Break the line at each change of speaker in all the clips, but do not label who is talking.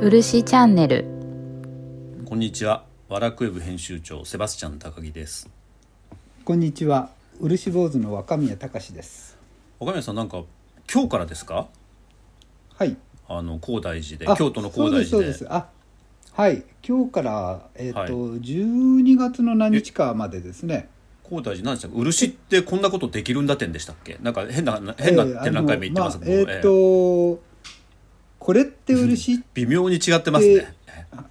漆チャンネル
こんにちは。ワラクウェブ編集長セバスチャン高木です。
こんにちは漆坊主の若宮隆です
岡宮さんなんか今日からですか？
はい
あの高大寺で
あ
京都の高大
そ
寺
う
で
ですそうですあはい今日からえっ、と、12月の何日かまでですね
高大寺なんでしたっけ？漆ってこんなことできるんだ展でしたっけ？なんか変な変な
えー
展覧会名言ってます
あ
け
の
ど、
まあえっ、と、
ええ
これって漆っ
微妙に違ってますね。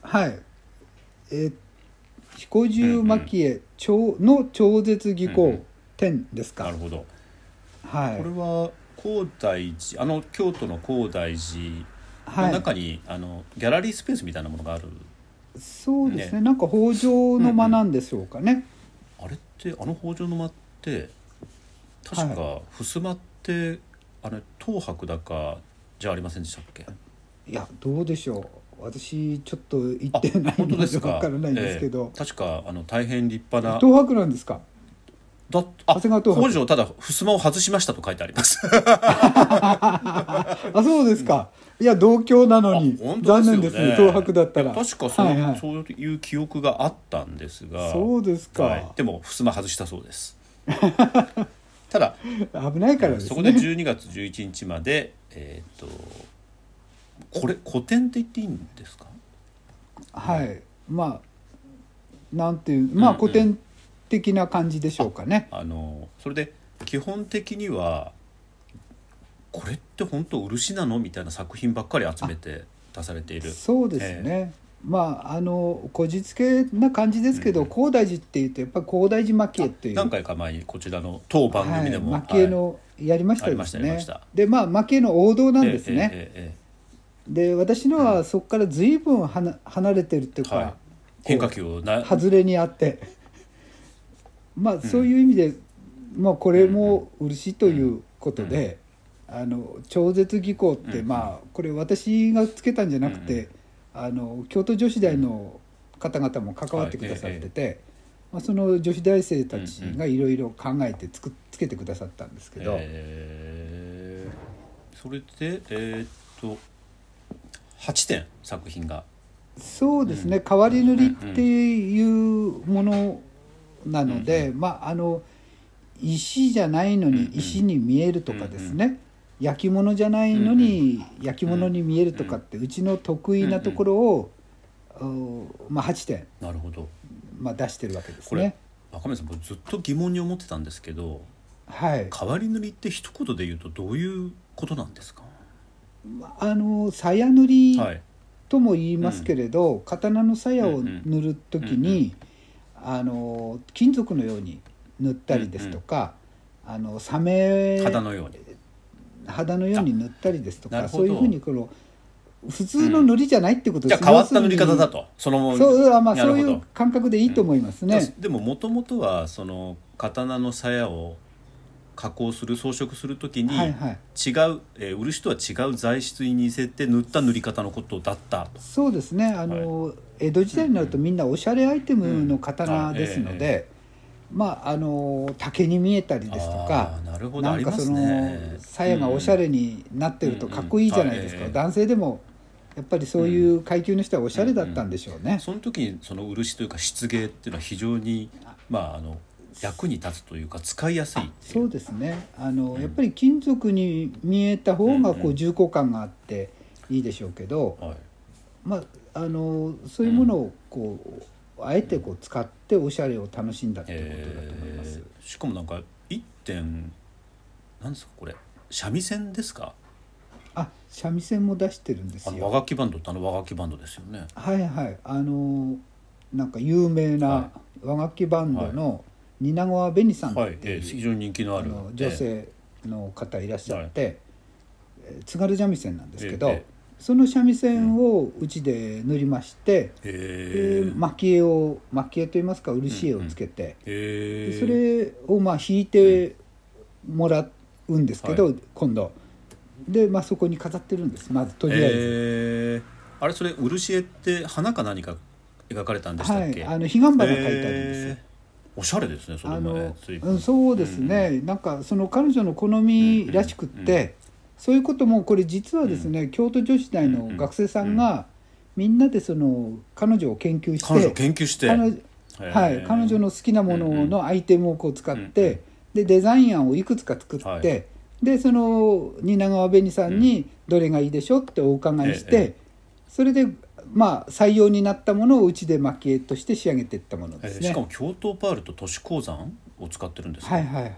はい。えー彦十蒔絵超の超絶技巧展です
な
か
る。ほど。
は
これ
い。
は高大寺あの京都の高大寺
は
の中
い。
に、あのギャラリースペースみたいなものがある。
そうです
ね
ね。なんか北条の間なんでしょうかね。
あれってあの北条の間って確か襖って、あれ東博だかじゃありませんでしたっけ？
いやどうでしょう。私ちょっと行
あ
ってない
本当で
のです
か
わからないんですけど
ええ。確かあの大変立派な
東博なんですか。
だあ
長谷川東博
北条ただ襖を外しましたと書いてあります
あそうですか。いや同郷なのに
あ本当
残念ですね。東博だったら。
いや確かそう,、
はいはい
そういう記憶があったんですが
そうですか
はいでも襖外したそうです ただ
危ないからです
そこで
ね。
12月11日までえーっ、とこれ古典って言っていいんですか
はい。まあなんていうまあ
うんうん
古典的な感じでしょうかね。
あのそれで基本的にはこれって本当漆なのみたいな作品ばっかり集めて出されている
そうですね、まああのこじつけな感じですけど、高大寺っていうとやっぱり高大寺蒔絵っていう
何回か前にこちらの当番組でも、
はい、蒔絵
はい
のやりましたで
あ
す
りま
ね
したやりました
でまあ蒔絵の王道なんですね、
えええええ
で私のはそこから随分はな離れてるっていう
え
か、
はい、変化球をな
外れにあって まあそういう意味で、まあ、これも漆ということで、あの超絶技巧って、まあこれ私がつけたんじゃなくて、あの京都女子大の方々も関わってくださってて、まあ、その女子大生たちがいろいろ考えてつくつけてくださったんですけど、
ええそれでえーっと8点作品が
そうですね、変わり塗りっていうものなので、まああの石じゃないのに石に見えるとかですね、焼き物じゃないのに焼き物に見えるとかって、うちの得意なところを、おまあ、8点、
なるほど
まあ、出してるわけです
これ
ね。
若宮さん僕ずっと疑問に思ってたんですけど
はい、
変わり塗りって一言で言うとどういうことなんですか、
あの鞘塗り
はい
とも言いますけれど、刀の鞘を塗るときに、あの金属のように塗ったりですとか、あのサメ
肌のように
肌のように塗ったりですと
あな
か
るほ
そ
ど
ういうふうにこの普通の塗りじゃないってこ
じ
とで
ゃ
す
あ変わった塗り方だとそのまま
要
す
るにそうあまあ
なる
そ
ほ
う
ど
いう感覚でいいと思いますね、
でももともとはその刀の鞘を加工する装飾するときに違う、
はいはい
えー漆とは違う材質に似せて塗った塗り方のことだったと
そうですねあの、江戸時代になるとみんなおしゃれアイテムの
う
刀
ん
ですの
あ
で、まああの竹に見えたりですとか
あーなるほど
なんかその、
ありますね
鞘がおしゃれになってるとかっこいいじゃないです
うん
か、
うん
男性でもやっぱりそういう階級の人はおしゃれだったんでしょうね、
その時にその漆というか漆芸っていうのは非常にまああの役に立つというか使いやすいってい
そううですねあの、やっぱり金属に見えた方がこう重厚感があっていいでしょうけど、
はい
まあ、あのそういうものをこう、あえてこう使っておしゃれを楽しんだっていうことだと思います、
えーしかもなんか一点なんですかこれ三味線ですか
あ三味線も出してるんです
あの
よ
和楽器バンドってあの和楽器バンドですよね
はいはいあのなんか有名な
は
和楽器バンドの蜷川紅さんっていう、
はい、えー非常に人気のあ
あ
る
の女
え
性の方いらっしゃって、えー津軽三味線なんですけど、
ええ
その三味線をうちで塗りまして、
ーへ
で
ー
蒔絵を蒔絵といいますか漆絵をつけて、
へ
で
え
それをまあ引いてもらうんですけど、
は
今度で、まあ、そこに飾ってるんですまずとりあえず。
えーあれそれ漆絵って花か何か描かれたんでした
は
っけ、
い、あの彼岸花が書いてあるんですよ。
えーおしゃれですねそれ
あ
もね
の
随
う
分
ん、そうですね、なんかその彼女の好みらしくって、そういうこともこれ実はですね、京都女子大の学生さんがみんなでその彼女を研究して
彼女を研究して
彼女はい
へー
彼女の好きなも
うんう
の
ん
のアイテムをこう使って、
うんうん
でデザイン案をいくつか作って、
はい
でその蜷川紅さんにどれがいいでしょうってお伺いして、
ええ
それでまあ採用になったものをうちで蒔絵として仕上げていったもの
え
です
ー
ね。
しかも京都パールと都市鉱山を使ってるんですね
はいはいはい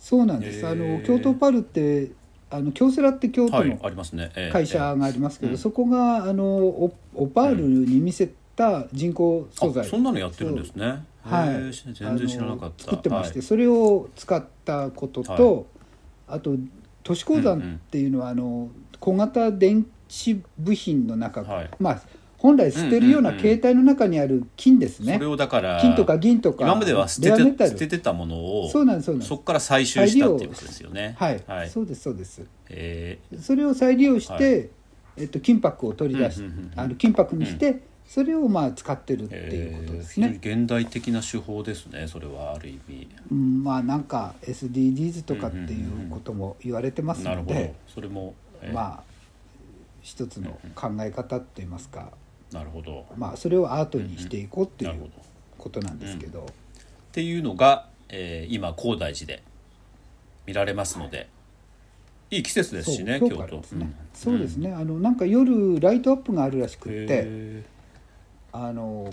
そうなんです、
へー
あの京都パルってあの京セラって京都
はい
の
ありますね、えー
会社がありますけど、
ええ
そこがあのオオパールに見せた人工素
あ
材、
そんなのやってるんですね
は
へ
い
ー、全然知らなかっ
あの
た
作ってまし
は
て、
い
それを使ったことと、あと都市鉱山っていうのは、あの小型電子部品の中、
はい
まあ本来捨てるよう
うん
な
うんうん
携帯の中にある金ですね、
それをだから
金とか銀とか
今までは捨て
レアメタ
て
ル
捨ててたものを
そうなんですそうなんです
そこから採集したっていうことですよね
はい、
はい
そうですそうです
え
それを再利用して、
は
えっと、金箔を取り出し、
うんうんうんうん
あの金箔にして、それをまあ使ってるっていうこと
ー
です
非常に
ね。
現代的な手法ですねそれはある意味
うんまあなんか SDGs とかっていうことも言われてます
なる
の
ほ
で、
どそれもえー
まあ一つの考え方といいますか、
なるほどっ
まあ、それをアートにしていこうってい
うんうんな
う
るほど
ことなんですけど、
ていうのがえー今高台寺で見られますのでいい季節です
そう
しね
今
京
日から
都
ですね、
うん
そうですねあのなんか夜ライトアップがあるらしくって、
へ
あの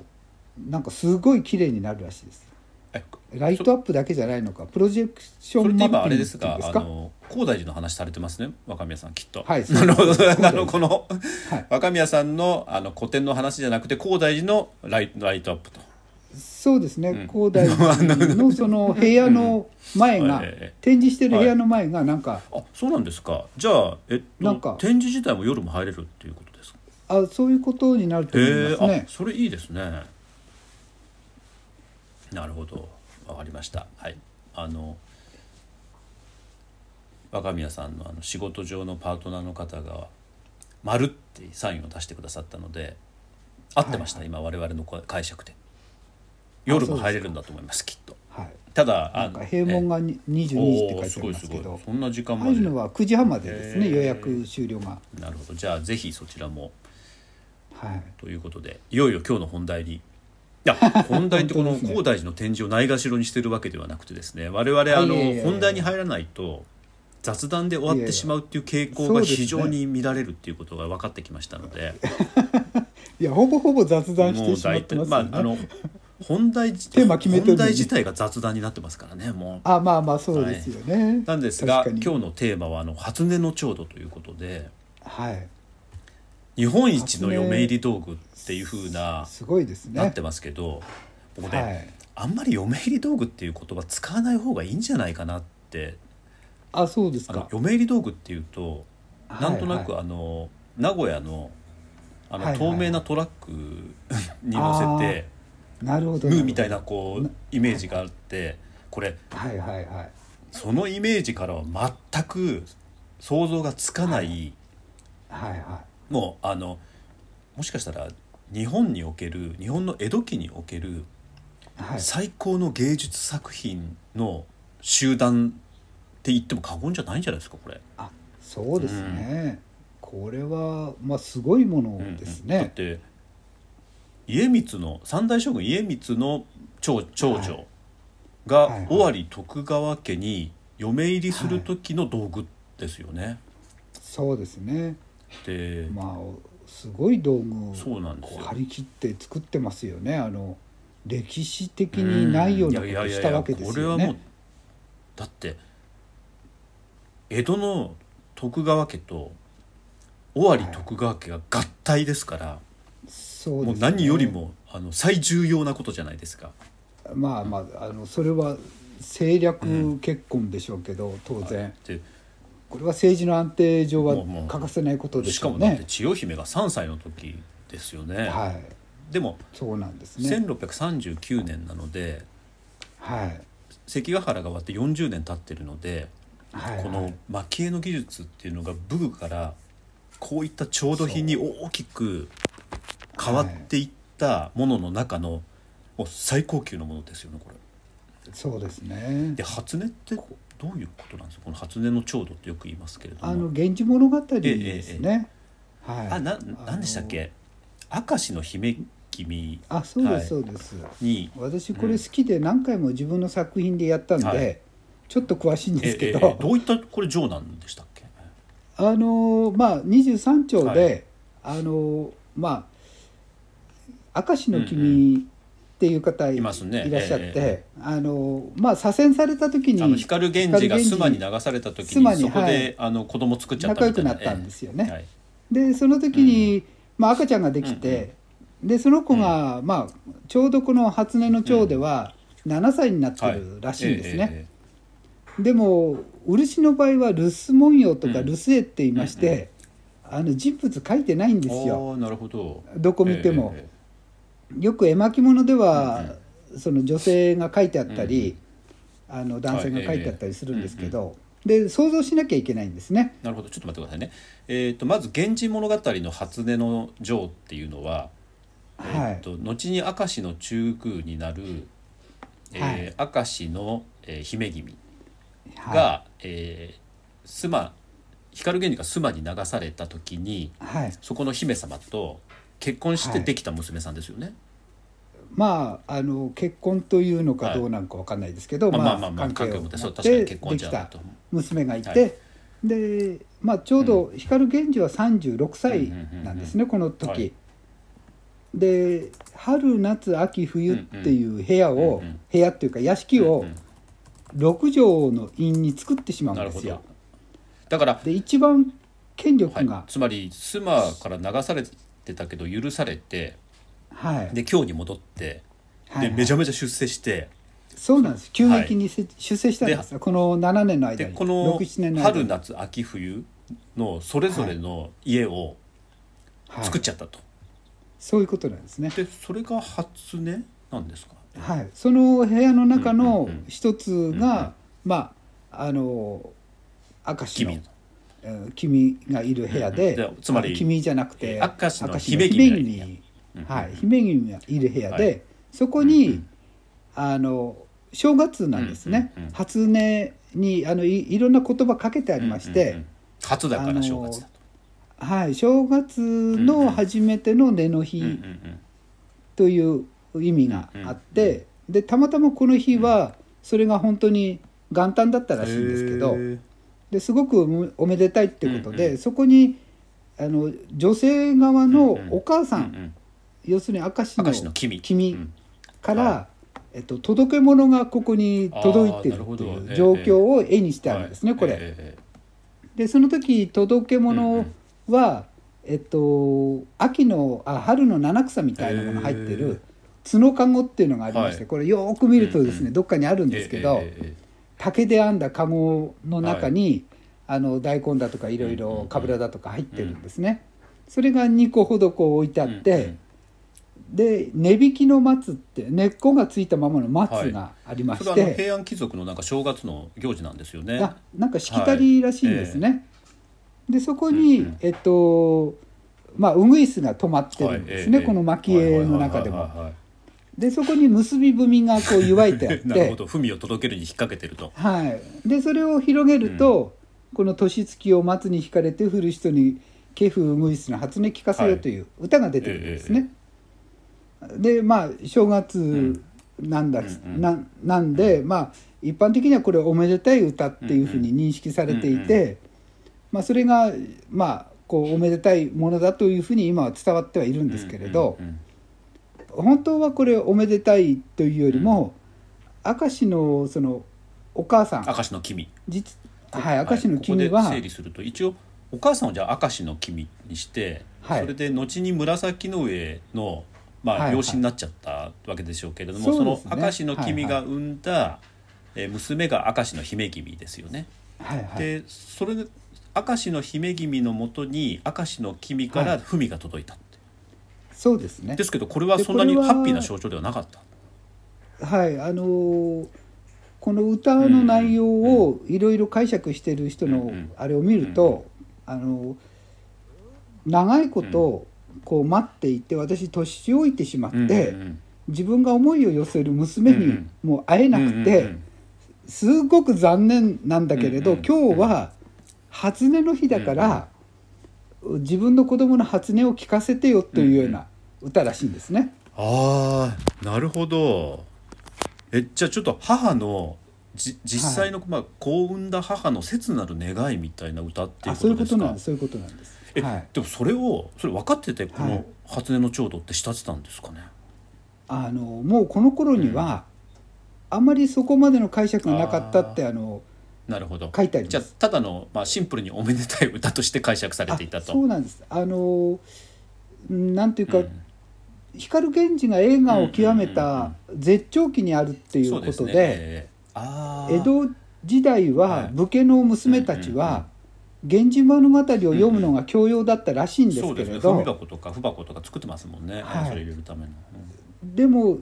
なんかすごい綺麗になるらしいです。
ーえ
ライトアップだけじゃないのか、プロジェクショ
それ
ン
って
マッ
今あ
ピング
れです
ってい
が
うん
あの高大寺の話されてますね若宮さんきっと
はいそ う
な
です
るほど
そうです
あのこの
はい
若宮さんのあの古典の話じゃなくて高大寺のライライトアップと
そうですね、
うん
高台のその部屋の 前が、
ええ
展示してる部屋の前がなんか、
あそうなんですかじゃあ、えっと、
なんか
展示自体も夜も入れるっていうことですか
あそういうことになると思い
へえ
ますね
あ。それいいですねなるほどわかりましたはいあの若宮さんのあの仕事上のパートナーの方が「丸ってサインを出してくださったので合ってました、今我々のこ解釈で夜も入れるんだと思いますきっと
はい、
ただあ
なんか閉門がに22
え
時って
おー
書
す
いてあ
ご
り
い
ますす
ご
け
い
ど、
そんな時間
あ
ま
あい
で
うのは9時半までですね、
へえ
予約終了が。
なるほどじゃあぜひそちらも
はい、
ということでいよいよ今日の本題にいや 本題ってこの
本当ですね
高大寺の展示をないがしろにしてるわけではなくてですね我々あ
いやいやい
の
や
本題に入らないと雑談で終わってしまうっていう傾向
いや
が
いやそうですね
非常に見られるっていうことが分かってきましたので
いやほぼほぼ雑談し
も
て
う
しまっ
大
て
体
ます
ま
よ
あ
ね。
あの本題
テーマ決めてるの
本
に
題自体が雑談になってますからねもう
あまあまあそうですよね。
なんですが
確かに
今日のテーマはあの初音の調度ということで
はい、
日本一の嫁入り道具っていう風な
すごいです
なっ
ね
て。ますけど、僕ね、
はい、
あんまり嫁入り道具っていう言葉使わない方がいいんじゃないかなって
あそうです
あの
か。
嫁入り道具っていうと
はい
なんとなくあの名古屋のあ
は
の
いはい
透明なトラック に乗せて
なるほど
ムーみたい
な
なこうイメージがあってこれ
るほど。はいはいはい。
そのイメージからは全く想像がつかない
はいは
もうあのもしかしたら日本における日本の江戸期における
いはい
最高の芸術作品の集団って言っても過言じゃないんじゃないですかこれ。
あそうですね、これはまあすごいものです
うんだっ
ね、
て家光の三大将軍家光の長長女
はいはい
が尾張徳川家に嫁入りする時の道具ですよね。
そうですね
で、
まあすごい道具を
そうなんです
こ
よ
う張り切って作ってますよねあの歴史的にないようなことをしたわけですよ
いやいやいやこれはもう
ね
だって江戸の徳川家と尾張徳川家が合体ですから、
そう
も
で
う
すね
何よりもあの最重要なことじゃないですか。
まあまああのそれは政略結婚でしょうけど、当然
で
これは政治の安定上は
もうもう
欠かせないことで
し
し
か
ょ
も
う
だって
ね
千代姫が3歳の時ですよね。
はい
でも
そうなんですね
1639年なので
はい
関ヶ原が終わって40年経ってるので、
はい
この蒔絵の技術っていうのが武具からこういった調度品に大きく変わっていったものの中のもう最高級のものですよねこれ。
そうですね
で初音ってどういうことなんですかこの初音の調度ってよく言いますけれども。
あの源氏物語ですね。はい。
あな
の
なんでしたっけ明石の姫君
あそう
は
で
い
すそうです、
に
私これ好きで何回も自分の作品でやったんで、
はい
ちょっと詳しいんですけ
ええ
ど、
えどういったこれ城なんでしたっけ
あのーまあ23条で、あのーまあ明石の君っていう方い,、
いますね
らっしゃって、
えええ
あのーまあ左遷された時
あの
に
光源氏が妻に流された時に
妻に
そこで、
はい
あの子供作っちゃったみたいな
仲良くなったんですよね
ええはい
でその時に、まあ、赤ちゃんができて、でその子が、まあ、ちょうどこの初音の蝶では7歳になって
はい
るらしいんですね。
ええええ
でも漆の場合は留守文様と
う
か
ん
留守絵って言いまして、あの人物書いてないん
ええ
ですよ
ああなるほど
どこ見ても
えええええ
よく絵巻物では、その女性が書いてあったり、あの男性が書いてあったりするんですけど、で想像しなきゃいけないんですね
えなるほどちょっと待ってくださいねえっ、とまず「源氏物語」の初音の城っていうのは、
はい、
えっと後に明石の中宮になる、えー明石の、えー姫君が、
は
えー妻光源氏が妻に流された時に
い、はい、
そこの姫様と結婚して
はい
できた娘さんですよね。
まああの結婚というのかどうなんかわかんないですけど、
まあまあまあまあ
関係
関係
を
を持っ
持ってて
そう確かに結婚
で
じ
き
ゃない
た
と
娘がいて、
はい
で、まあ、ちょうど光源氏は36歳なんですね、この時、
はい
で春夏秋冬っていう部屋を、
うんうん
部屋っていうか屋敷を
うんうん
6畳の院に作ってしまうん
なる
で
ほ
すよ
ど。だから、
で一番権
は
力
い
が、
つまり妻から流されてたけど許されて
はいはい
で京に戻って
はい
でめちゃめちゃ出世して
そうなんです急激にせ、出世したんですよこの7年の間
で
に
この
67年の間に
春夏秋冬のそれぞれの家を
はい
作っちゃったと。
そういうことなんですね。
でそれが初音なんですか
はい、その部屋の中
うん
の
うんうん
一つ
うんうん
が、まああの明石
君
のえー君がいる部屋で、
うんうんでつまり
あの君じゃなくて
えー明石の
明
姫君がいる部屋
に
うんうん
はい、姫君がいる部屋で、
はい
そこに、
うんうん
あの正月なんですね、
うんうんうん
初音にあのいいろんな言葉かけてありまして、
うんうんうん初だから正月だと。
はい、正月の初めての根の日、
うんうん
という意味があって、でたまたまこの日はそれが本当に元旦だった
うん
らしいんですけど
へー
ですごくおめでたいってことで、
うんう
そこにあの女性側
う
の
んうん
お母さん、
うん
要するに明石
う
の
ん明石の君
君
うん
から、
は
えっと、届け物がここに届いて
あーなる
る
ほ
って
どえ
い
え
う状況を絵にしてあるんですね、
はい
これ。
ええええ
でその時届け
うんう
物
ん
は、えっと秋のあ春の七草みたいなものが入って
へ
る
ー
角籠っていうのがありまして、
はい
これよーく見るとですね、
うんうん
どっかにあるんですけど、
えええええ
竹で編んだ籠の中に、あの大根だとかいろい
うんうんう
ろ
ん
かぶらだとか入ってるんですね。それが2個ほどこう置いてあって、
うん
で根引きの松って根っこがついたままの松があり
え
ま
そ
し
れ
て、
はあの平安貴族のなんか正月の行事なんですよね。
あなんかしきたりらしいんですね、でそこに、
うんうん
えっとまあウグイスが止まって
は
る
い
んですね、この蒔絵の中で。
ええは
も
いはいはいはいはいはい
でそこに結び踏みが こう湯わいてあっ
なるほ
て
ど、文を届けるに引っ掛けてると。
はいでそれを広げると、この年月を松に惹かれて降る人にケフウグイスの初音聞かせよという歌が出てくるんですね、でまあ正月なんだ、
うんうん
ななんで、まあ一般的にはこれおめでたい歌っていうふうに認識されていて、まあ、それがまあこうおめでたいものだというふうに今は伝わってはいるんですけれど、
うんうんうん
本当はこれおめでたいというよりも、明石のそのお母さん
明石の君。
実はい明石の君は、
ここで整理すると一応お母さんをじゃあ明石の君にして、
はい
それで後に紫の上の
はい
まあ
はい
養子になっちゃったわけでしょうけれども、
そう
そ
ですね
の明石の君が産んだ、えー娘が明石の姫君ですよね。
はいはい、
でそれで明石の姫君のもとに明石の君か
は
ら
い
文が届いたって、
そうですね
ですけどこれは
で
そんなに
これ
ハ
は
ッピーな象徴ではなかった。
はいあのーこの歌の内容をいろいろ解釈してる人
うんう
の
ん
あれを見ると、あのー長いことこう待っていて私年老いてしまって、
うんうんうん
自分が思いを寄せる娘
うんう
に
ん
もう会えなくて、
うんうんうん
すごく残念なんだけれど、
うんうん
今日は初音の日だから、自分の子供の初音を聞かせてよというような歌らしいんですね。
ああなるほどえじゃあちょっと母のじ実際の、まあ、子を産んだ母の切なる願いみたいな歌ってい
あ
う
そ
こ
ういう
と
こ
です
とな
か
んそういうことなんです。
え、
はい。
でもそれをそれ分かっててこ
はい
の初音の長度って慕ってたんですかね、
あのもうこの頃には、あまりそこまでの解釈がなかったってあの
なるほど
書いてあります
じゃあただの、まあ、シンプルにおめでたい歌として解釈されていた
あ
と
そうなんです。あのなんていうか、
うん
光源氏が映画を極めた絶頂期にあるっていう
そ
こ
う
とで,、
すねええあー
江戸時代
は
はい武家の娘たちは「源氏物語」を読むのが教養だったらしいんで
そ
す
うで
け
すね
れ
文
ど
箱とか文箱とか作ってますもんね、
はい
それ入れるための、うん
でも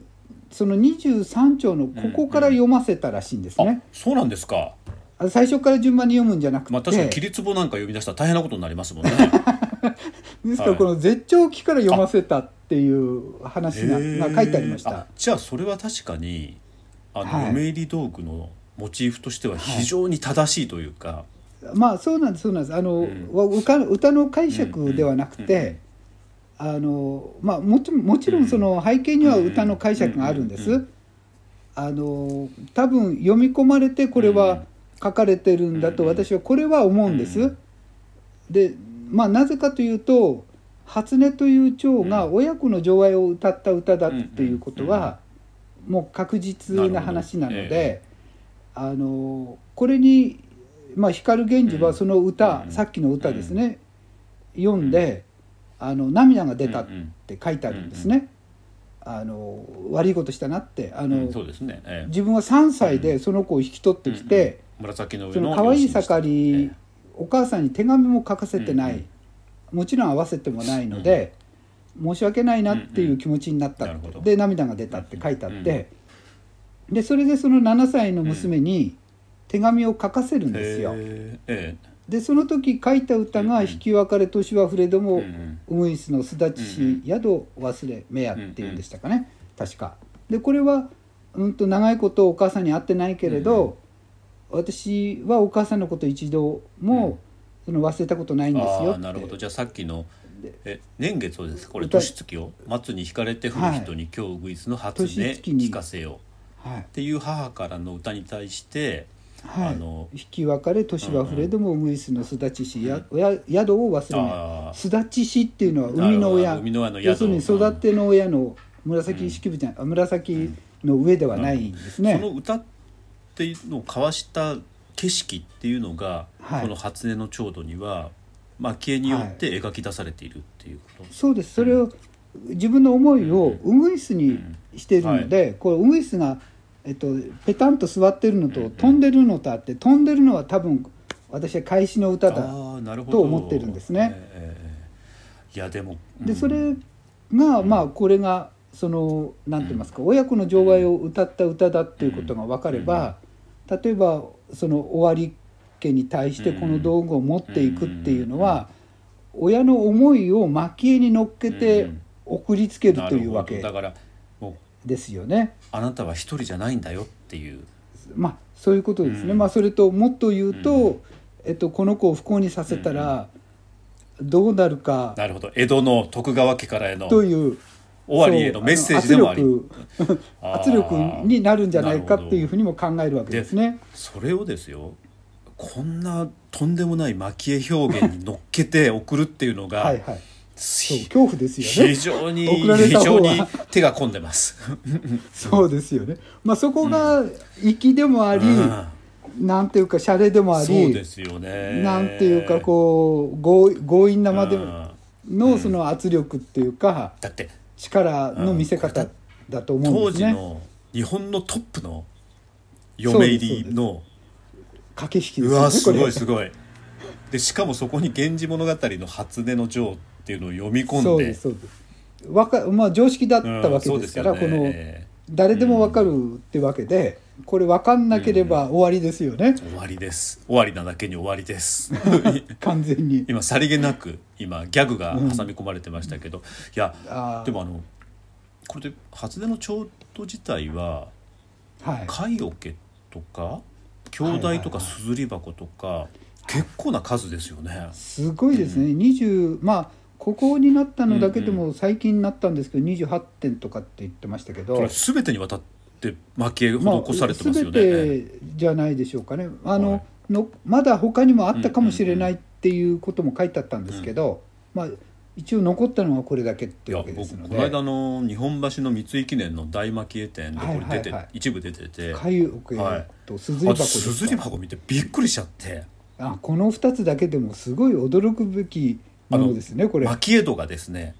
その23条のここから読ませたらしいんです
あ
ね。
そうなんですか、
あ最初から順番に読むんじゃなくて、
まあ、確かに切り壺なんか読み出したら大変なことになりますも んね
ですから
はい
この絶頂期から読ませたっていう話が、
へえ
まあ、書いてありまし
あ
た。
じゃあそれは確かにあの、
はい
嫁入り道具のモチーフとしては非常に正しいというか、
まあそうなんですそうなんですあの、
ん
わ歌歌の解釈ではなくて、あのまあもちろんもちろんその背景には歌の解釈があるんです、
うんう
あの多分読み込まれてこれは書かれてるんだと
うんうん
私はこれは思うんです、
うん
でまあなぜかというと初音という蝶が親子の情愛を歌った歌だっていうことはもう確実な話なの
なる
で
ほどえ
あのこれに、まあ、光源氏はその歌、
うん
さっきの歌ですね、読んであの涙が出たっ
うんうん
て書いてあるんですね。あの悪いことしたなってあの、
うんそうですね、ええ
自分は3歳でその子を引き取ってきて。
紫の上
そ
の
の可愛い
両親でした
盛り、
え
お母さんに手紙も書かせてない、
うん
もちろん合わせてもないので、申し訳ないなっていう気持ちになったって
うんうんなるほど
で涙が出たって書いてあって、でそれでその7歳の娘に手紙を書かせるん
え
ですよ。
へええ
でその時書いた歌が「引き別れ年は触れど
え
も、
うんうん
ウグイスのすだち
うん
し宿忘れ目や」っていうんでしたかね、確か。でこれは、うん、と長いことお母さんに会ってないけれど、私はお母さんのこと一度も、その忘れたことないんですよ
あ
っ
あ
て
なるほどじゃあさっきの
で
え年月をですこれ
歌
年月を松に惹かれて降る人に今日ウグイスの初音
年月に
聞かせよ
はい
っていう母からの歌に対して、
は
あの
い、引き別れ年は触れども、ウグイスのすだちしやや宿を忘れない
ああ
すだちしっていうのは生みの
なる
親
ほど生みの親の宿
要するに育ての親の紫式部ちゃん、あ紫の上ではないんですね。
その歌っていうのを交わした景色っていうのが、
はい
この初音の調度には蒔絵によって描き出されているっていうこと、
そうですそれを自分の思いをウグイスにしているので、これウグイスが、えっと、ペタンと座ってるのと飛んでるのとあって飛んでるのは多分私は返しの歌だ
ああなるほど
と思ってるんですね
ええええいやでも、うん
でそれがまあこれがその何て言いますか親子の情愛を歌った歌だっていうことが分かれば例えばその尾張家に対してこの道具を持っていくっていうのは親の思いを蒔絵に乗っけて送りつけるというわけ
なるほどだからもう
ですよね。
あなたは一人じゃないんだよっていう
まあそういうことですね。
うん
まあそれともっと言うと、えっとこの子を不幸にさせたらどうなるか
なるほど江戸の徳川家からへの
という
尾張へのメッセージでもあり
そうあの圧力
あー
圧力になるんじゃないかってい
なるほ
う
ど
ふうにも考えるわけですね。
それをですよこんなとんでもない蒔絵表現に乗っけて送るっていうのが
はいはい。そう
ひ
恐怖ですよ
非
ね。
常に
送られ
非
た方
常
は
に手が込んでます。
そうですよね。まあそこが粋でもあり、
う
なんていうか洒落でもあ
んそうで
り、
すよね。
なんていうかこう強い強引なまで
うん
のその圧力っていうか
だって
力の見せ方だと思う
当
んです
時
ね。
の日本のトップの嫁入りの
駆け引き
う
ですよね
わす
こ
ご
れ
いすごい。でしかもそこに「源氏物語」の初音の女王っていうのを読み込んで
そうですそうですわかまあ常識だったわけですから、
うんそうですよ
この
ね
誰でもわかるってわけで、これわかんなければ終わりですよね、
終わりです終わりなだけに終わりです
完全に
今さりげなく今ギャグが挟み込まれてましたけど、いや
あー
でもあのこれで初音の調度自体は
はい
貝桶とか兄弟とかすずり箱とか結構な数ですよね。
すごいですね、20まあここになったのだけでも最近になったんですけど、28点とかって言ってましたけど
これ全てにわたって蒔絵
まあ
施されてますよね、
全てじゃないでしょうかねあの、
はい
のまだ他にもあったかもしれないっていうことも書いてあったんですけど、まあ、一応残ったのはこれだけっ
い
ていう
や
わけです
僕
の
こ
で
の間の日本橋の三井記念の大蒔絵展でこれ出て、
はいはいはい
一部出てて
かゆく
はい
とすずり
あ
箱
と
です
す
か
ずり箱見てびっくりしちゃって
あこの2つだけでもすごい驚くべきものですねこれ、
蒔絵度がですね、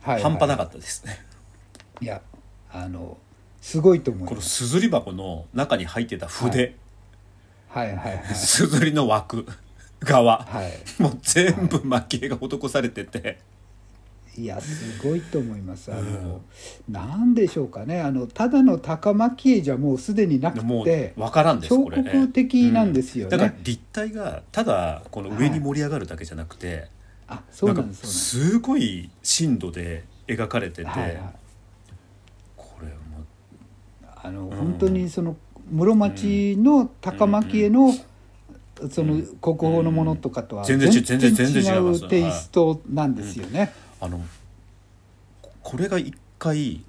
はいはい
半端なかったですね
いやあのすごいと思い
こ
ま
の
す
すずり箱の中に入ってた筆、
はいはい はい
すずりの枠側、
はい
もう全部蒔絵が施されてて、
いやすごいと思いますあの、なんでしょうかねあのただの高蒔絵じゃもうすでになく
もう
て
分からんです
彫
これ
刻的なんですよね、
だから立体がただこの上に盛り上がるだけじゃなくて、
あそうな
なんん
で
か
すそうなんです
すごい深度で描かれてて、
はいはい
これもう
あの、本当にその室町の高蒔絵の、その国宝のものとかとは
全然違う全然全然違います
違うテイストなんですよね。
あのここれが一回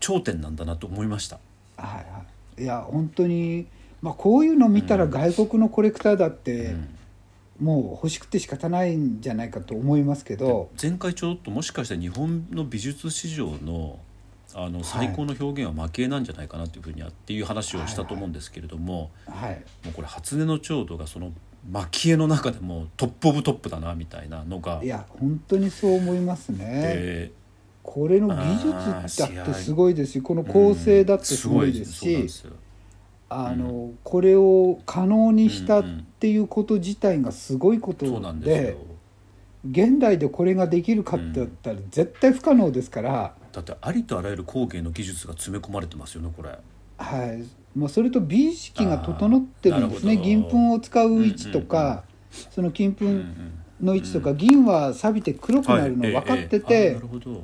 頂点なんだなと思いました
はいはい、いや本当にまあこういうの見たら外国のコレクターだって、もう欲しくて仕方ないんじゃないかと思いますけど、
前回ちょっともしかしたら日本の美術史上のあの最高の表現は負けなんじゃないかなっていうふうにはっていう話をしたと思うんですけれども、
はい、
もうこれ初音の長度がその蒔絵の中でもトップオブトップだなみたいなのが
いや本当にそう思いますね。
で
これの技術だってすごいですしこの構成だってすごいですし、
うんすごいそうなんですよ
あのこれを可能にしたっていうこと自体がすごいこと
そうなんです
で
よ
現代でこれができるかって言ったら絶対不可能ですから、
だってありとあらゆる工芸の技術が詰め込まれてますよねこれ
はいまあ、それと美意識が整ってるんです
あー
ね
なるほど
銀粉を使う位置とか、その金粉の位置とか、銀は錆びて黒くなるの分かってて、
はいええええあなるほど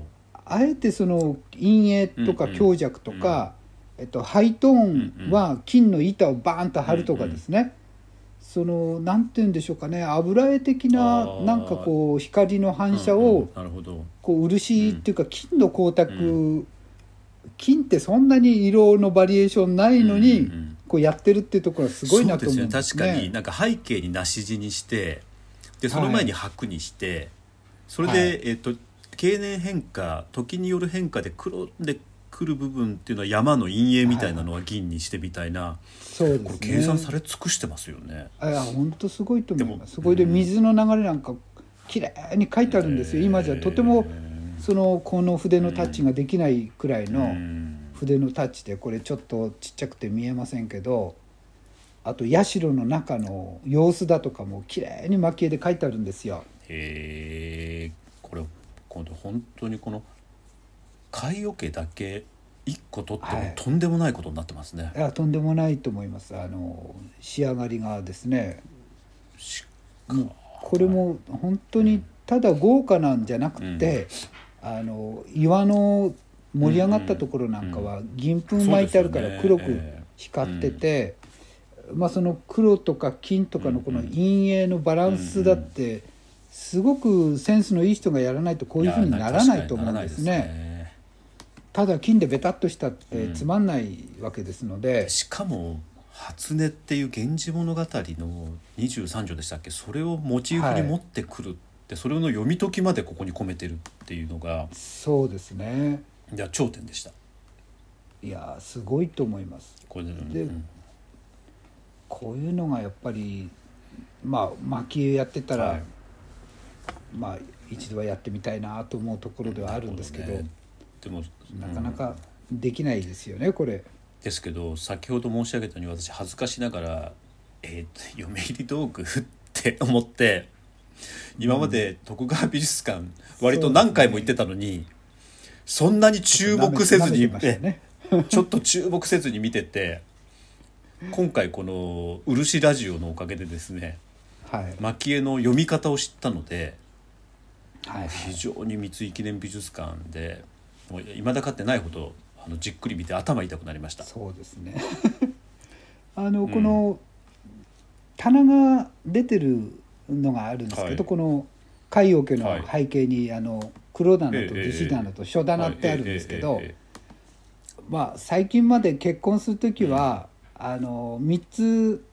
あえてその陰影とか
うんうん
強弱とか、えっと、ハイトーンは金の板をバーンと張るとかですね、そのなんて言うんでしょうかね油絵的
あ
な
ー
なんかこう光の反射
うんう
を
んなるほど
こう漆っていうか金の光沢、金ってそんなに色のバリエーションないの
うん
に
うん
こうやってるっていうところはすごいなと思
そううんで
ですす
よね確かに
ね。
なんか背景に梨地にしてでその前に白にして、それで、
はい
えっと経年変化時による変化で黒でくる部分っていうのは山の陰影みたいなのは銀にしてみたいな、
そう
これ
で
計
す
算
ね
され尽くしてますよね。
いや本当すごいと思います。
で
そ
も
こで水の流れなんか綺麗に書いてあるんですよ。今じゃとてもそのこの筆のタッチができないくらいの
うん
筆のタッチでこれちょっとちっちゃくて見えませんけど、あと社の中の様子だとかも綺麗に蒔絵で書いてあるんですよ。
へえこれ今度本当にこの貝桶だけ一個取って
は
も
い
とんでもないことになってますね。
いやとんでもないと思います。あの仕上がりがですね。
し
これも本当にただ豪華なんじゃなくて、あの岩の盛り上がったところなんかは銀粉巻いてあるか
そう
ら
ですよ
黒
ね
く光ってて、まあその黒とか金とかのこの陰影のバランスだってすごくセンスのいい人がやらないとこういうふうにならないと思うんです
いや
ね。ただ金でベタっとしたってつまんないわけですので、
しかも初音っていう「源氏物語」の23条でしたっけそれをモチーフに持ってくるって、それの読み解きまでここに込めてるっていうのが
そうですね。
いや頂点でした。
いやすごいと思います。
これで
で
うん
こういうのがやっぱりまあ蒔絵やってたら、
はい
まあ一度はやってみたいなと思うところではあるんですけど、
ねでも
なかなかできないですよねこれ。
ですけど先ほど申し上げたように私恥ずかしながら「えーと嫁入り道具?」って思って今まで徳川美術館割と何回も行ってたのにそ,、んなに注目せずに、
舐めてましたね
えちょっと注目せずに見てて今回この漆ラジオのおかげでですね
はい、
蒔絵の読み方を知ったので
はい、
非常に三井記念美術館でもう未だかってないほどあのじっくり見て頭痛くなりました。
そうですね。 あのこの、棚が出てるのがあるんですけど、
はい
この海洋家の
はい
背景に、あの黒棚
ええ
と樹
ええ
脂棚と書棚ってあるんですけど、
えええええ
まあ、最近まで結婚する時は、あの3つ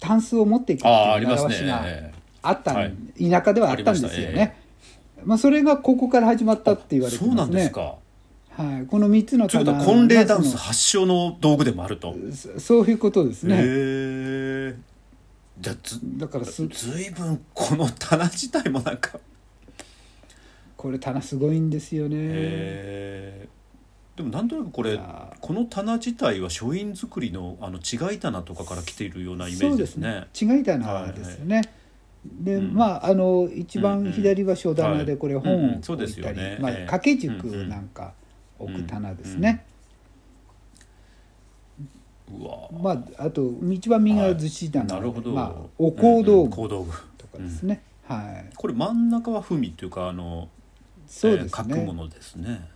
タンスを持っていくって
えあああ
い
り
う
ます
習わ
ね
しが
え
あったん、
はい
田舎ではあったんです
あ
よ
りました
ね。まあ、それがここから始まったって言
え
われて
そうな
ま
ん
す
で
ね
す。か
はい、この三つの
ということは
棚
婚礼ダンス
ま
発祥の道具でもあると
あそのそそういうことです
へ
ね。
えじゃあず
だからす
ずいぶんこの棚自体もなんか
これ棚すごいんですよね。
へえでもなんとなくこれ
あ
この棚自体は書院作りのあの違い棚とかから来ているようなイメー
そう
ジ
で
です
すね
ね。。
違い棚ですよね。で、
うん
まああの一
うんう
番
ん
左は書
は
棚
い
でこれ
うん
本
う
を
んそう
置
で
い
すよ
た
ね
り、まあ
ええ
掛け軸なんか置く棚ですね。
うわー
まああと一番右が寿司棚で、
なるほど、
まあお香
うん
道
うん
具
小道具
とかですね。はい。
これ真ん中は文というかあの
そうです
え
ね。
ー書くものですね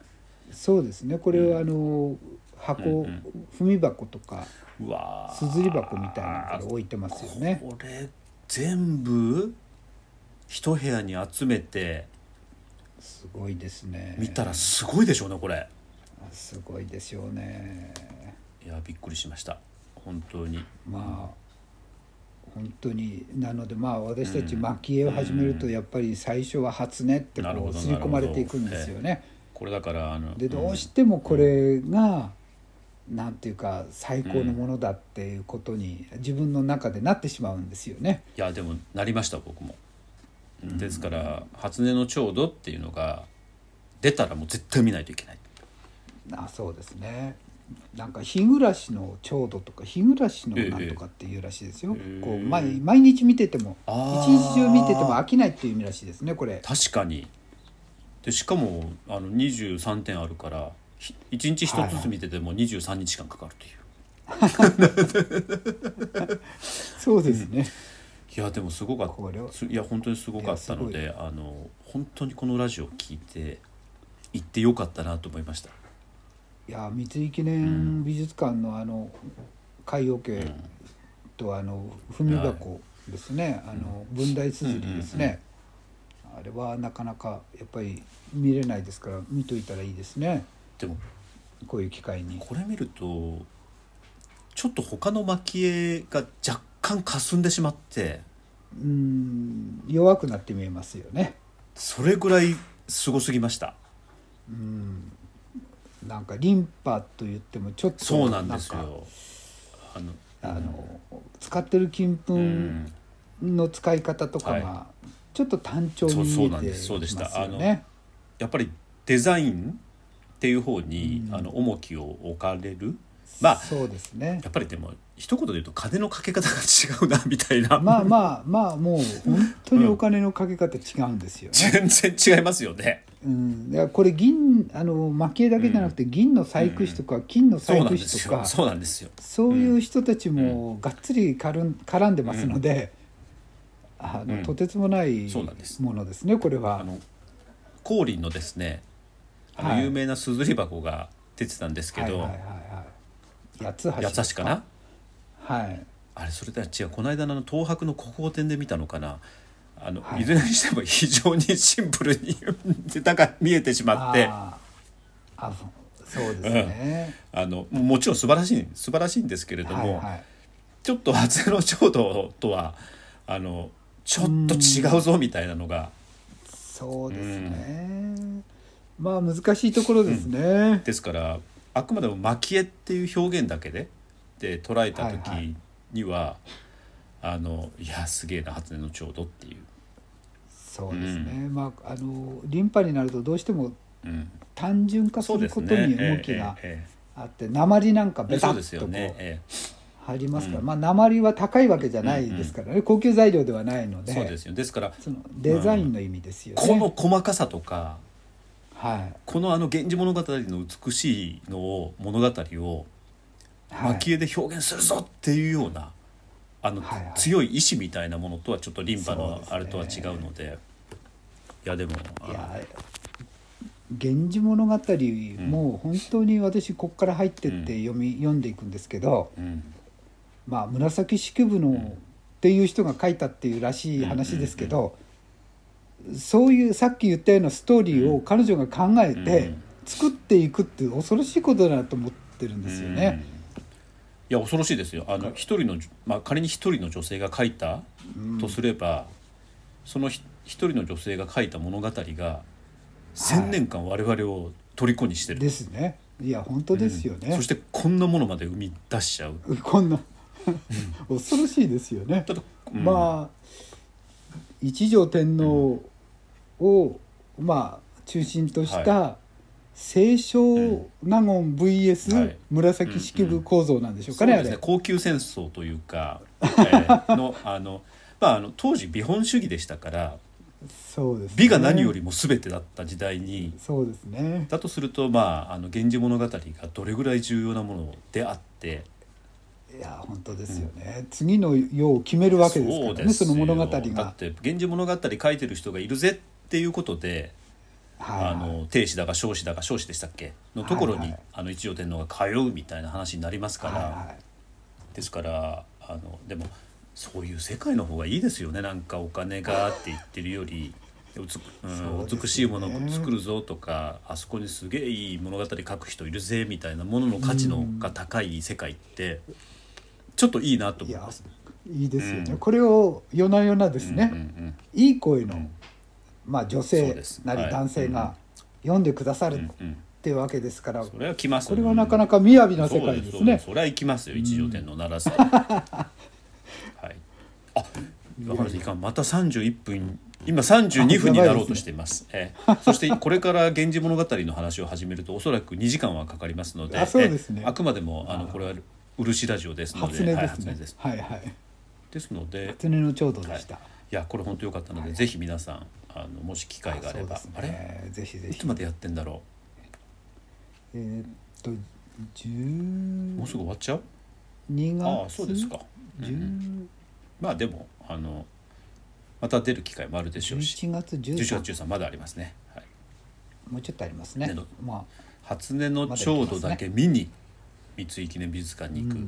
そうですねこれはあの、箱、
うんうん
踏み箱とか
うわー
すずり箱みたいなのを置いてますよね
これ全部一部屋に集めて
すごいですね
見たらすごいでしょうねこれ
すごいでしょうね
いやびっくりしました本当に
まあ本当になのでまあ私たち
うん
蒔絵を始めるとやっぱり最初は初音ってこ
なるほ
う
ど
刷り込まれていくんですよね。
これだからあの
でどう
て
してもこれが、なんていうか最高のものだっていうことに自分の中でなってしまうんですよね。
いやでもなりました僕も、ですから初音の調度っていうのが出たらもう絶対見ないといけない
あそうですねなんか日暮らしの調度とか日暮らしのなんとかっていうらしいですよ、
ええええ
こう毎毎日見てても
あ
一
ー
日中見てても飽きないっていう意味らしいですねこれ
確かにでしかもあの23点あるから1日1つずつ見てても23日間かかるという、
そうですね、
い、やでもすごかっ
これは
たすいや本当にすごかったの
い
であの本当にこのラジオ聞いて行ってよかったなと思いました
いや三井記念美術館のあの海洋家とあの踏み箱ですね、あの文大硯ですね、あれはなかなかやっぱり見れないですから見といたらいいですね
でも
こういう機会に
これ見るとちょっと他の蒔絵が若干霞んでしまって
うん弱くなって見えますよね
それぐらいすごすぎました
なんかリンパと言ってもちょっと
そうなんです
なんか
よあの
あの使ってる金
う
粉
ん
の使い方とか
はい
がちょっと単調
そう
に
そう
見
なん
えて
ですそうで
き
した
ますよね。
やっぱりデザインっていう方に、あの重きを置かれるまあ
そうですね
や。っぱりでも一言で言うと金のかけ方が違うなみたいな、
まあまあまあもう本当にお金のかけ方違うんですよね。
全然違いますよね
うん、だからこれ銀あの蒔絵だけじゃなくて銀の細工師とか金の
そう
細
なん
工
で
師
す
とか
よそうなんですよ
そういう人たちもがっつり絡ん絡んでますので、あの
うん
とてつもない
そうなんです
ものですねこれは
あ。の光琳のですねあの
はい
有名なすずり箱が出てたんですけど、
はいはいはいはい、八つ橋
八つ橋かな
はい
あれそれとは違うこの間のあの東博の国宝展で見たのかなあの、
はい
い、ずれにしても非常にシンプルになんか見えてしまってあ
あーあそうそうですね、
のもちろん素晴らしい素晴らしいんですけれど
はい
も、
はい
ちょっと初の浄土とはあのちょっと違うぞみたいなのが
そうですね、まあ難しいところですね、
ですからあくまでも蒔絵っていう表現だけでで捉えた
はいは
時には、あのいやすげえな初音の浄土っていう。
そうですね、まああのリンパになるとどうしても
うん
単純化す
そうで
る
す
こと
ね。
に重きが
え
あって鉛なんか
えええ
ベタ
そう
ッ
です
と
よ
こ
ね。
う
ええ
入りますから、まあ鉛は高いわけじゃないですからね、高級材料ではないので
そうですよですから
そのデザインの意味ですよね、
この細かさとか
はい
このあの「源氏物語」の美しいのを物語を
はい
蒔絵で表現するぞっていうような、あの、
はいはい
強い意志みたいなものとはちょっとリンパ
そう
の
ですね
あれとは違うのでいやでもあ
いや「源氏物語」もう本当に私ここから入ってって読み、読んでいくんですけど、
うん
まあ紫式部のっていう人が書いたっていうらしい話ですけど、そういうさっき言ったようなストーリーを彼女が考え
う
て
ん
作っていくって恐ろしいことだなと思ってるんですよね。
いや恐ろしいですよあの一人の、まあ、仮に一人の女性が書いたとすれば、そのひ一人の女性が書いた物語が千年間我々を虜にしてる、
ですね。いや本当ですよね。
そしてこんなものまで生み出しちゃう
こんな 恐ろしいですよね。
だってうん
まあ一条天皇を、まあ中心とした清少納言
は
VS
い
紫式部構造なんでしょうかね、
そうですね
あ
高級戦争というか、えーの あのまああの当時美本主義でしたから
れ。そうですね、
美が何よりも全てだった時代に、
そうですね。
だとするとまああの源氏物語がどれぐらい重要なものであって
いや本当ですよね、次の世を決めるわけですからねそ
よ
の物語
だ
が
っ。て「源氏物語」書いてる人がいるぜっていうことで、
はい
あの定子だか彰子だか彰子でしたっけのところに、
はいはい
あの一条天皇が通うみたいな話になりますから、
はいはい
ですからあのでもそういう世界の方がいいですよねなんかお金がって言ってるより。うつうん
そうですね
美しいものを作るぞとかあそこにすげえいい物語書く人いるぜみたいなものの価値のが高い世界ってちょっといいなと
い
思い
や
ます。
いいですよね、
うん
これを夜な夜なですね、
うんうんうん
いい声の、
うん
まあ、女
そう
性
です
なり
はい
男性が読んでくださるっ
うんうん
てわけですから、
それは来ます
こ
よ
れはなかなか雅な世界です
そうそう
ね。
それは行きますよ一条天皇鳴らすと、はいあ分かるいかんまた31分今32分になろうとしていますええそしてこれから「源氏物語」の話を始めるとおそらく2時間はかかりますので
あそうですね
ええあくまでもあのこれは漆ラジオですので
初音
はい、初音
ですね
です。
はいはい。
ですので
初音のちょうどでした。
いやこれ本当良かったので、ぜひ皆さんあのもし機会があ
そ
れ
う
ば
で
あ,、
す
れ
ね。ぜひぜ
い
ひ
つ。までやってんだろ
えーっと十
うもうすぐ終わっちゃう
二月
ああそうですか。うんうん
10
まあでもあのまた出る機会もあるでしょうし
11月十
11月13まだありますね、はい、
もうちょっとありますね
ねど。
ま
初音の長度だけ見に三井記念美術館に行く、
あ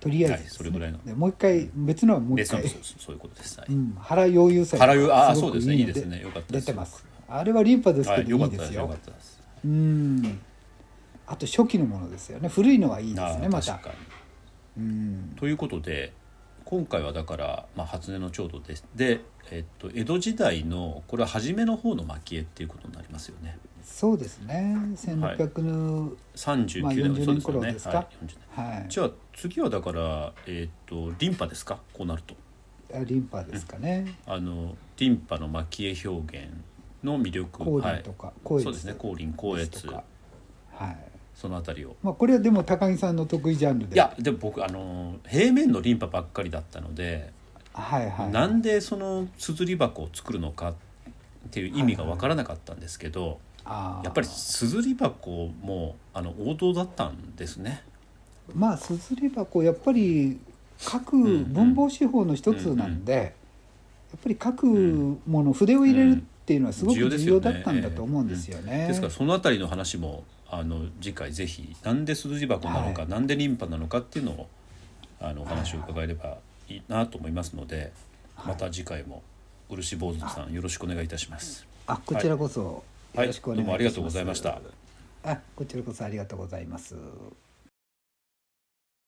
とりあえず
はいそれぐらいの
でもう一回別のはもう一
別の
回。
そうそうそういうことです、はい
うん、原洋遊祭
原由ああ
す
そう
ごく
ですねいいです
の
ねよかったで
出
す
てますあれはリンパです
は
け
いよ
ど
か
いい
った
で
ですすよ
よ
かったです
うんあと初期のものですよね古いのはいいですね
あ
ま
あ
た
確かに
うん
ということで今回はだから、まあ、初音の長度ですで、えっと、江戸時代のこれは初めの方の蒔絵っていうことになりますよね
そうですね1600の、
39
まあ、
年、
40
そうで
年
すよ
頃
ね
です
は
か
い、40年
はい
じゃあ次はだからえっとリンパですかこうなると
あリンパですかね
あのリンパの蒔絵表現の魅力
光輪とか、
は
光
い、
悦
そうですね光輪光
と
悦
かはい
そのあたりを
まあこれはでも高木さんの得意ジャンルで
いやでも僕あの平面のリンパばっかりだったので、
はいはい
なんでその硯箱を作るのかっていう意味が分からなかったんですけど、
あー
やっぱり硯箱もあの王道だったんですね。
まあすずり箱やっぱり各
んうん
文房手法の一つなんで、やっぱり各もの筆を入れるっていうのはすごく
重要です
重
よ
要
ね
だったんだと思うんですよね。
ですからそのあたりの話もあの次回ぜひなんで筋箱なのか、
はい
なんでリンパなのかっていうのをあのお話を伺えればいいなと思いますので、また次回も漆坊主さんよろしくお願いいたします。
あこちらこそよ
はい、
ろしく
ど
お
う
願
も
いいたします。
ありがとうございました。
あこちらこそありがとうございます。